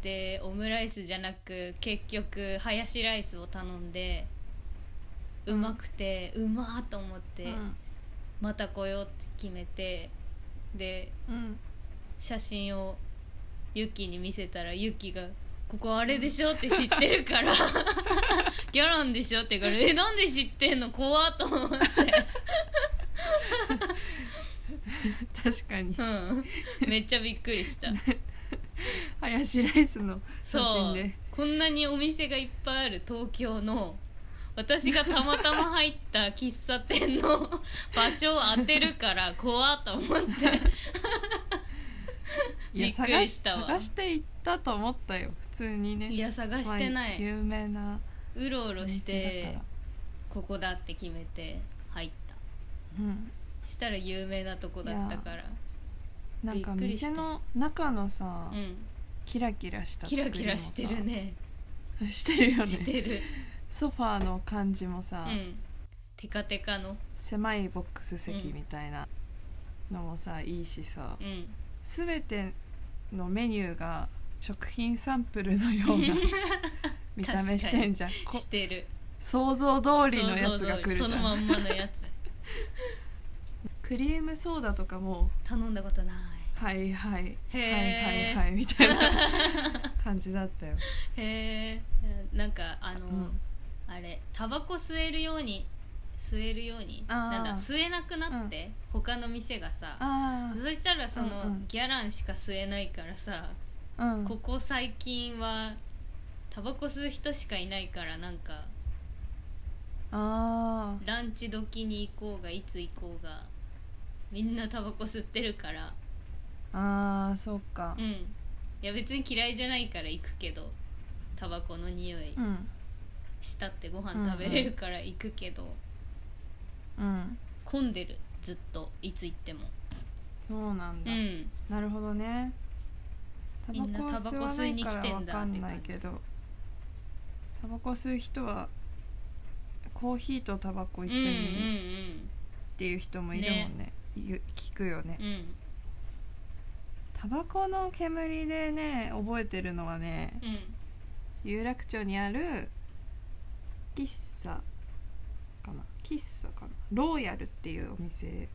B: でオムライスじゃなく結局ハヤシライスを頼んでうまくてうまーと思って、
A: うん
B: また来ようって決めてで
A: うん
B: 写真をユキに見せたらユキが「ここあれでしょ?」って知って るから「ギャランでしょ?」って言うから「えなんで知ってんの怖っ」と思って、
A: 確かに
B: うん、めっちゃびっくりした
A: ハヤシライスの写
B: そう
A: 真で
B: こんなにお店がいっぱいある東京の私がたまたま入った喫茶店の場所を当てる から怖っと思って
A: いや
B: びっくりしたわ
A: 探探していったと思ったよ普通にね
B: いや探してな
A: まあ
B: い
A: 有名な
B: うろうろし
A: お店だ
B: て
A: から
B: ここだって決めて入った
A: うん
B: したら有名なとこだったから
A: なんか
B: びっくりした
A: 店の中のさ、
B: うん
A: キラキラした
B: キラキラしてる
A: ね
B: ね
A: してるよ
B: し
A: ね
B: てる
A: ソファーの感じも
B: う
A: さ、
B: んテカテカの
A: 狭いボックス席みたいなのもさいいしさ
B: うん
A: 全てのメニューが食品サンプルのよう な見た目してんじゃんこ
B: してる
A: 想像通りのやつが来るじゃ
B: そ
A: ん
B: のまんまのやつ
A: クリームソーダとかも
B: 頼んだことない
A: はいはいはい
B: へー
A: はいはいみたいな感じだった よ、
B: へえなんかあの、
A: うん
B: あれタバコ吸えるように吸えるように
A: あー
B: なんだ吸えなくなって、他の店がさ
A: あ
B: そしたらその、
A: うんうん
B: ギャランしか吸えないからさ、
A: あうん
B: ここ最近はタバコ吸う人しかいないからなんか
A: あ
B: ランチ時に行こうがいつ行こうがみんなタバコ吸ってるから
A: ーあーそうか
B: うんいや別に嫌いじゃないから行くけどタバコの匂い
A: うん
B: したってご飯食べれるから行くけど、
A: うん
B: 混んでるずっといつ行っても
A: そうなん
B: う
A: だ、
B: ん
A: なるほどねタ
B: みんなタバコ吸いに来てんだっ
A: わか
B: て感じ
A: んないけどタバコ吸う人はコーヒーとタバコ一緒にっていう人もいるもんね,ゆ、聞くよね
B: うんうんうんうん
A: タバコの煙でね覚えてるのはね
B: うん
A: 有楽町にある喫茶かな喫茶かなローヤルっていうお店
B: へ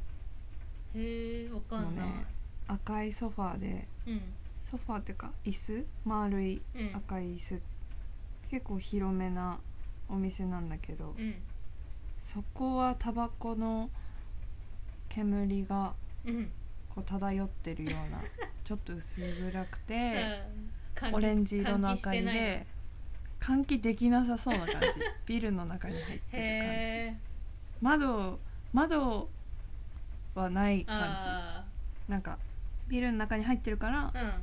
B: えわか
A: の
B: んない、
A: ね赤いソファーで
B: うん
A: ソファーっていうか椅子丸い
B: うん
A: 赤い椅子、結構広めなお店なんだけど
B: うん
A: そこはタバコの煙が
B: うん
A: こう漂ってるよ うなちょっと薄暗くて。
B: 換気
A: オレンジ色の明
B: 換気し
A: か
B: て
A: り
B: ない
A: で換気できなさそうな感じビルの中に入ってる感じ
B: へえ
A: 窓窓はない感じ
B: あ
A: なんかビルの中に入ってるから
B: ー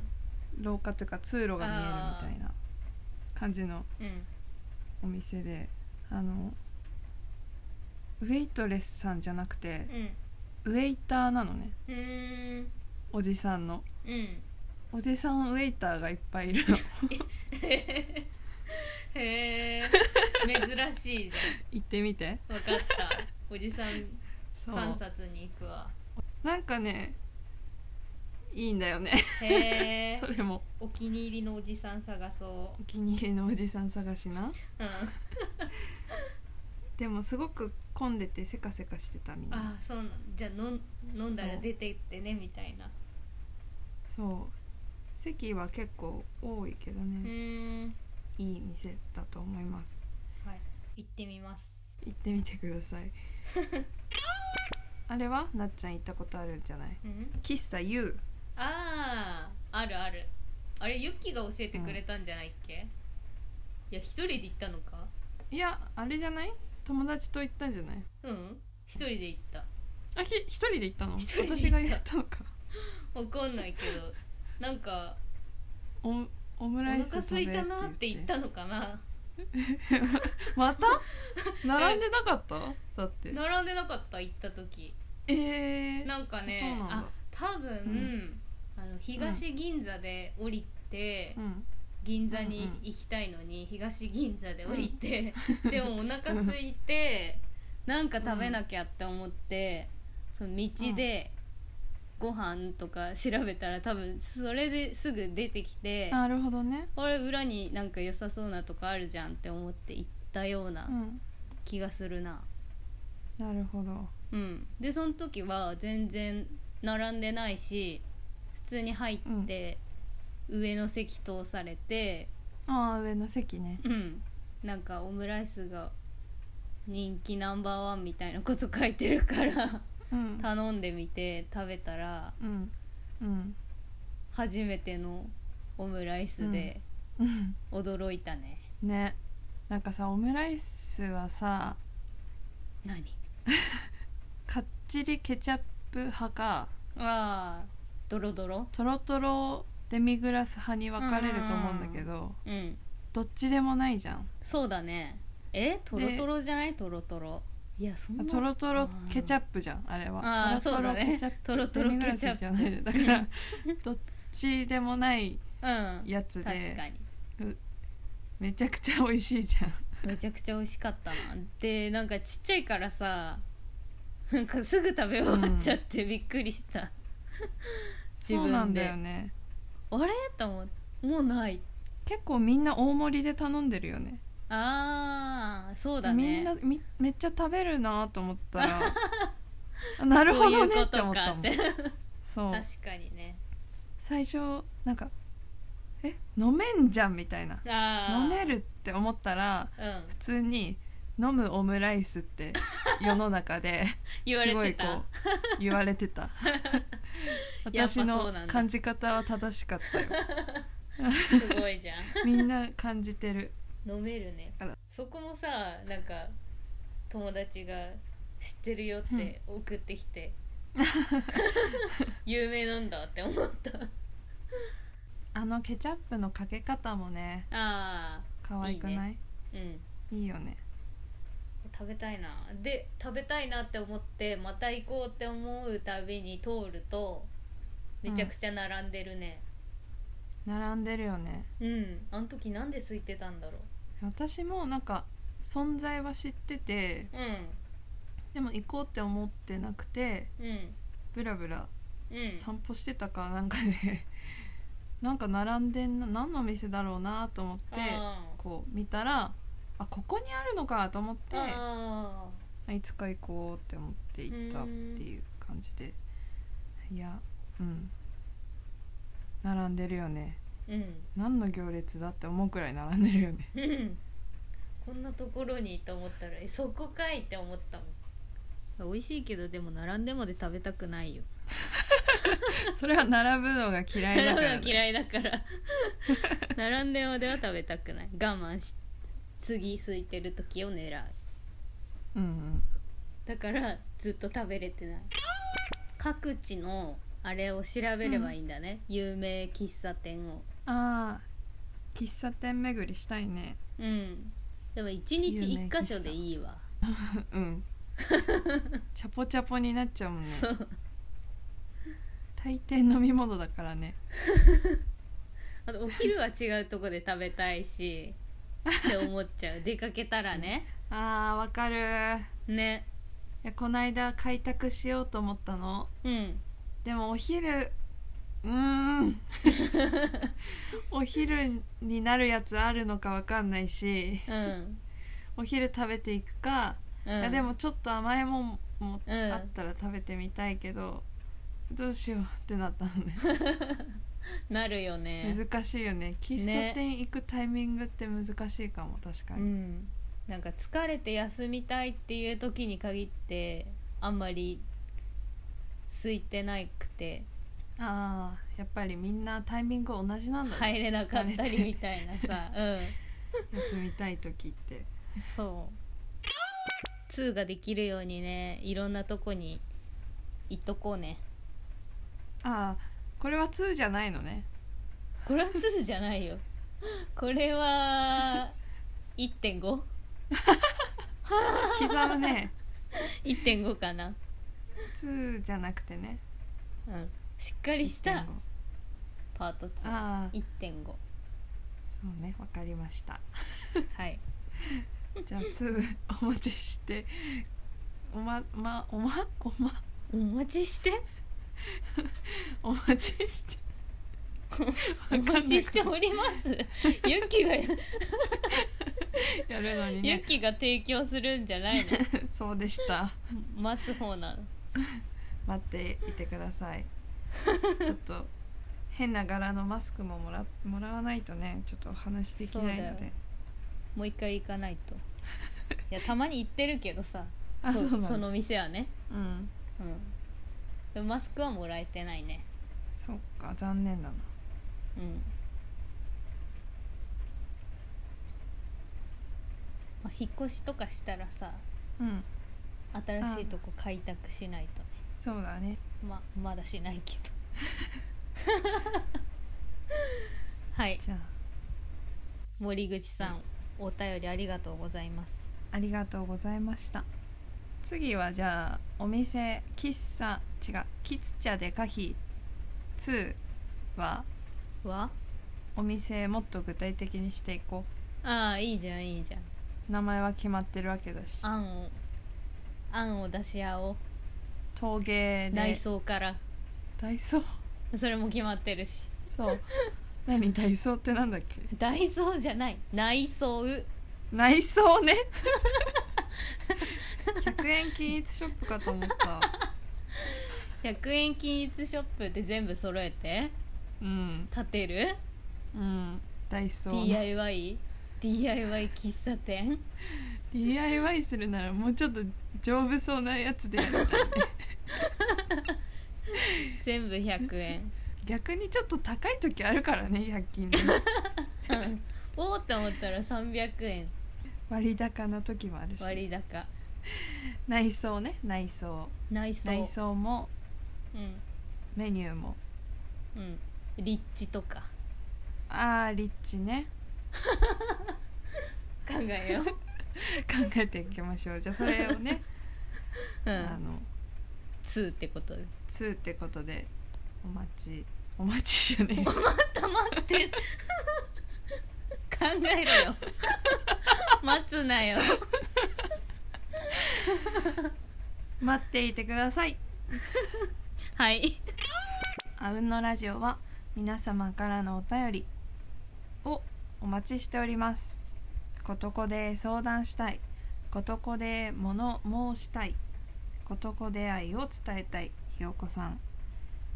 A: 廊下というか通路が見えるみたいな感じの
B: うんうん
A: お店であのウェイトレスさんじゃなくて
B: うん
A: ウェイターなのね
B: うーん
A: おじさんの
B: うん
A: おじさんウェイターがいっぱいいる の
B: へえ珍しいじ
A: 行ってみて
B: ゃんわかったおじさん
A: そう
B: 観察に行くわ
A: なんかねいいんだよね
B: へえ
A: それも
B: お気に入りのおじさん探そ
A: お気に入りのおじさん探しな
B: ううん
A: でもすごく混んでてせかせかしてたみんな
B: ああそうなんじゃあのん飲んだら
A: そう
B: 出てってねみたいな
A: そう席は結構多いけど
B: う
A: ね、
B: ーん
A: いい店だと思います
B: はい行ってみます
A: 行ってみてくださ いあれはなっちゃん行ったことあるんじゃない
B: うん
A: 喫茶 U
B: あああるあるあれユッキが教えてくれたんじゃないっけ、いや一人で行ったのか
A: いやあれじゃない友達と行ったんじゃない
B: うん一人で行った
A: あひ一人で行ったの
B: 一人で行った
A: 私が言ったのか
B: わかんないけど なんか
A: おオム
B: お
A: ライス
B: 腹
A: 食
B: 空
A: べ
B: いたなって言
A: 言
B: っ
A: って
B: たのかな
A: ま た並んでなかっただって
B: 並んでなかった行った時
A: えー、
B: なんかね
A: そうなんだ
B: あ多分、
A: ん
B: あの東銀座で降りて、
A: うん
B: 銀座に行きたいのに、東銀座で降りて、 でもお腹空いてなんか食べなきゃって思って、その道でご飯とか調べたら多分それですぐ出てきて
A: なるほどね
B: これ裏になんか良さそうなとこあるじゃんって思って行ったような
A: うん
B: 気がするな。
A: なるほど
B: うん、でその時は全然並んでないし普通に入って、上の席通されて
A: ああ上の席ね
B: うん、なんかオムライスが人気ナンバーワンみたいなこと書いてるから
A: うん
B: 頼んでみて食べたら
A: うんうん
B: 初めてのオムライスで
A: うん
B: 驚いたね、
A: ねなんかさオムライスはさ
B: 何
A: かっちりケチャップ派か
B: ああドロドロ
A: とろとろデミグラス派に分かれると思うんだけど
B: うん
A: どっちでもないじゃん
B: そうだねえトロトロじゃないトロトロいやそんな
A: とろとろケチャッ
B: プ
A: プじゃんあれ
B: あ
A: は
B: ー
A: とろとろケチャップ
B: そうだねとろとろケチャッ
A: デミグラス
B: プ
A: じゃないだからどっちでもない
B: うん
A: やつ
B: 確か
A: で
B: に
A: めちゃくちゃ美味しいじゃん
B: めちゃくちゃ美味しかったなでなんかちっちゃいからさなんかすぐ食べ終わっちゃってびっくりした、自
A: そうなん
B: 分
A: だ
B: で
A: よね
B: あれと思ってもうない
A: 結構みんな大盛りで頼んでるよね
B: あーそうだね
A: みんなみめっちゃ食べるなと思ったら あなるほどねって思ったもん
B: こういうことかって
A: そう
B: 確かにね
A: 最初なんか「え飲めんじゃん」みたいな
B: あー
A: 飲めるって思ったら
B: うん
A: 普通に「飲むオムライス」 って世の中で
B: 言われ
A: す
B: て
A: ごいこ
B: た
A: う言われて た
B: やっぱ
A: 私
B: そうなん
A: の
B: だ
A: 感じ方は正しかったよ
B: すごいじゃん
A: みんな感じてる
B: 飲めるね
A: あら
B: そこもさなんか友達が知ってるよって送ってきて、 有名なんだって思った
A: あのケチャップのかけ方もね
B: あ
A: 可愛くないいい,、
B: ーうん
A: よね
B: 食べたいなで食べたいなって思ってまた行こうって思うたびに通るとめちゃくちゃ並んでるね
A: 並んでるよね
B: うん、あの時なんで空いてたんだろ
A: 私もなんか存在は知ってて
B: うう
A: でも行こうって思ってなくて
B: んうん
A: ブラブラ
B: うん
A: 散歩してたかなんかで なんか並んでんな何の店だろうなと思って
B: あー
A: こう見たらあここにあるのかと思って
B: あ
A: いつか行こうって思って行ったっていう感じでいやうん並んでるよね
B: ーうん
A: 何の行列だって思うくらい並んでるよ ね
B: うんこんなところにと思ったらえそこかいって思ったもん美味しいけどでも並んでまで食べたくないよ
A: それは並ぶのが嫌いだから、
B: 並ぶの嫌いだから 並んでまでは食べたくない我慢し次空いてる時を狙う
A: うんうん
B: だからずっと食べれてない各地のあれを調べればいいんだね、有名喫茶店を
A: あー喫茶店巡りしたいね
B: うんでも1日
A: 有名喫茶
B: 1箇所でいいわ、
A: うん チャポチャポになっちゃうもんね
B: そう
A: 大抵飲み物だからね
B: あとお昼は違うとこで食べたいしって思っちゃう出かけたらね
A: あーわかるい
B: ね
A: やこないだ開拓しようと思ったの
B: うん
A: でもお昼うー んお昼になるやつあるのかわかんないし
B: うん
A: お昼食べていくか、
B: うん
A: いやでもちょっと甘いもんも
B: うん
A: あったら食べてみたいけど、どうしようってなったのね
B: なるよね
A: 難しいよね喫茶店行くタイミングって難しいかも確か
B: う
A: に、
B: んなんか疲れて休みたいっていう時に限ってあんまり空いてなくて
A: ああやっぱりみんなタイミング同じなんだね
B: 入れなかった
A: 疲れ
B: り
A: て
B: みたいな さう
A: 休みたい時って
B: んそう2ができるようにねいろんなとこに行っとこうね
A: ああこれは2じゃないのね
B: これは2じゃないよ これは 1.5?
A: 刻む ね
B: 1.5かな、
A: 2じゃなくてね
B: うん、しっかりしたパート2
A: ああ
B: 1.5
A: そうねわかりました
B: はい
A: じゃあ2お待ちしておままおまおま
B: お待ちして
A: お待ちして
B: お待ちしております ユッキがユ
A: やるのにね
B: ッキが提供するんじゃないの
A: そうでした
B: 待つ方なの
A: 待っていてくださいちょっと変な柄のマスクももらもらわないとねちょっとお話できないの
B: そうだよ
A: で
B: もう一回行かない といやたまに行ってるけどさ
A: あ
B: そ
A: そ
B: う
A: うなんだ
B: その店はね
A: うん
B: うんでもマスクはもらえてないね
A: そっか残念だな
B: うん、まあ、引っ越しとかしたらさ
A: うん
B: 新しいとこ開拓しないとね
A: そうだね
B: まあまだしないけ どはい
A: じゃ
B: 森口さん、お便りありがとうございます
A: あありがとうございました次はじゃあお店喫茶違う喫茶でカヒ2は
B: は
A: お店もっと具体的にしていこ
B: ああいいじゃんいいじゃん
A: う名前は決まってるわけだし
B: あんをあんを出し合おう
A: 陶芸で
B: ダイソーから
A: ダイソー
B: それも決まってるし
A: そう何ダイソーってなんだっけ
B: ダイソーじゃない内装
A: 内装 ね100円均一ショップかと思った
B: 100円均一ショップで全部揃えて
A: うん
B: 建てる
A: うんダイソー
B: DIY DIY 喫茶店
A: DIY するならもうちょっと丈夫そうなやつでやる
B: 全部100円
A: 逆にちょっと高い時あるからね100均 で
B: うんおおって思ったら300円
A: 割高な時もあるし
B: 割高
A: 内装ね内装
B: 内装
A: 内装も
B: うん
A: メニューも
B: うん立地とか
A: あーリッチね
B: 考えよう、
A: 考えていきましょうじゃあそれをね、
B: う
A: あ
B: ん、
A: の
B: 2ってことで
A: 2ってことでお待ちお待ちじゃね
B: たまって考えろよ待つなよ
A: え 待っていてください
B: はい
A: あうんのラジオは皆様からのお便りをお待ちしておりますことこで相談したいことこで物申したいことこで愛を伝えたいひよこさん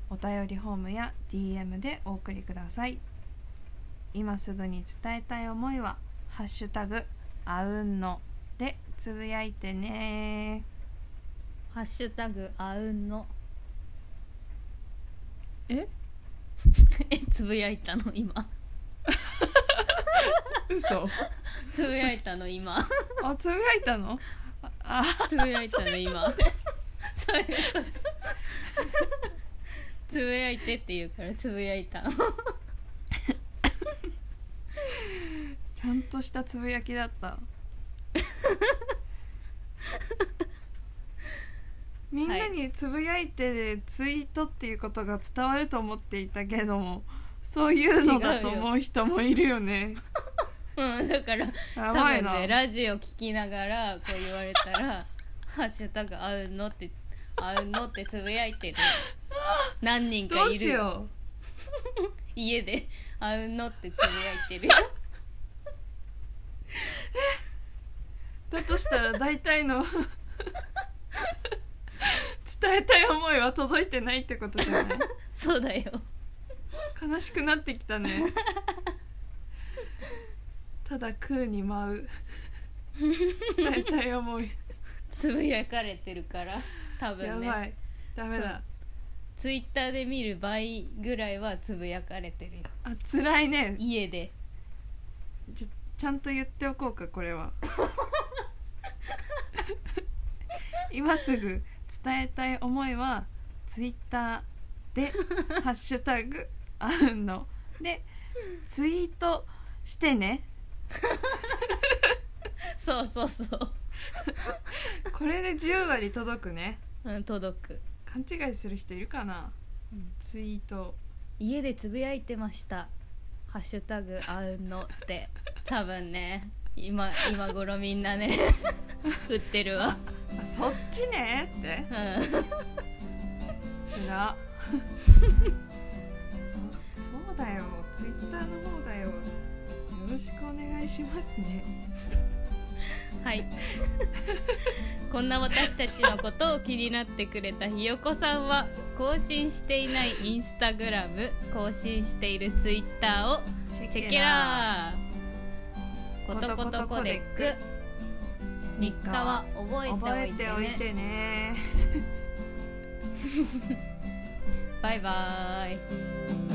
A: お便りフォームや DM でお送りください今すぐに伝えたい思いは「ハッシュタグあうんの」でつぶやいてね
B: ハッシュタグあうんの
A: え
B: えつぶやいたの今
A: 嘘
B: つぶやいたの今
A: あつぶやいたのあ
B: つぶやいたの今そういうことつぶやいてって言うからつぶやいたの
A: ちゃんとしたつぶやきだ った。みんなにつぶやいてツイートっていうことが伝わると思っていたけどもそういうのだと思う人もいるよね。
B: うんだから
A: や
B: 多
A: ばい
B: 分
A: な。
B: ねラジオ聞きながらこう言われ たら「ハッシュタグ合うの?」って「合うの?」ってつぶやいてる何人
A: ど
B: か
A: う
B: いる
A: し
B: よ
A: よ
B: 家で「合うの?」ってつぶやいてるよ
A: う。だとしたら大体 の伝えたい思いは届いてないってことじゃない
B: そうだよ
A: 悲しくなってきた ねただ食うに舞 う伝えたい思い
B: つぶやかれてるから多
A: や
B: 分
A: ば
B: ね
A: いダメだ
B: ツイッターで見る倍ぐらいはつぶやかれてるよ
A: あ辛いね
B: 家で
A: ちちゃんと言っておこうかこれ は今すぐ伝えたい思いはツイッターで「ハッシュタグあうんの」でツイートしてね
B: そうそうそう、
A: これで10割届くね
B: うん、届く
A: 勘違いする人いるかな、
B: うん
A: ツイート
B: 家でつぶやいてました「ハッシュタグあうの」って多分ね今今頃みんなね売ってるわ
A: あそっちねって
B: うん
A: つら そそうだよツイッターの方だよよろしくお願いしますね
B: はいこんな私たちのことを気になってくれたひよこさんは更新していないインスタグラム更新しているツイッターを
A: チ
B: チェケラーコトコトコデック3日は覚えて
A: 覚
B: お
A: え
B: いて
A: ておい
B: ね
A: てね
B: バイバー
D: 「
B: イ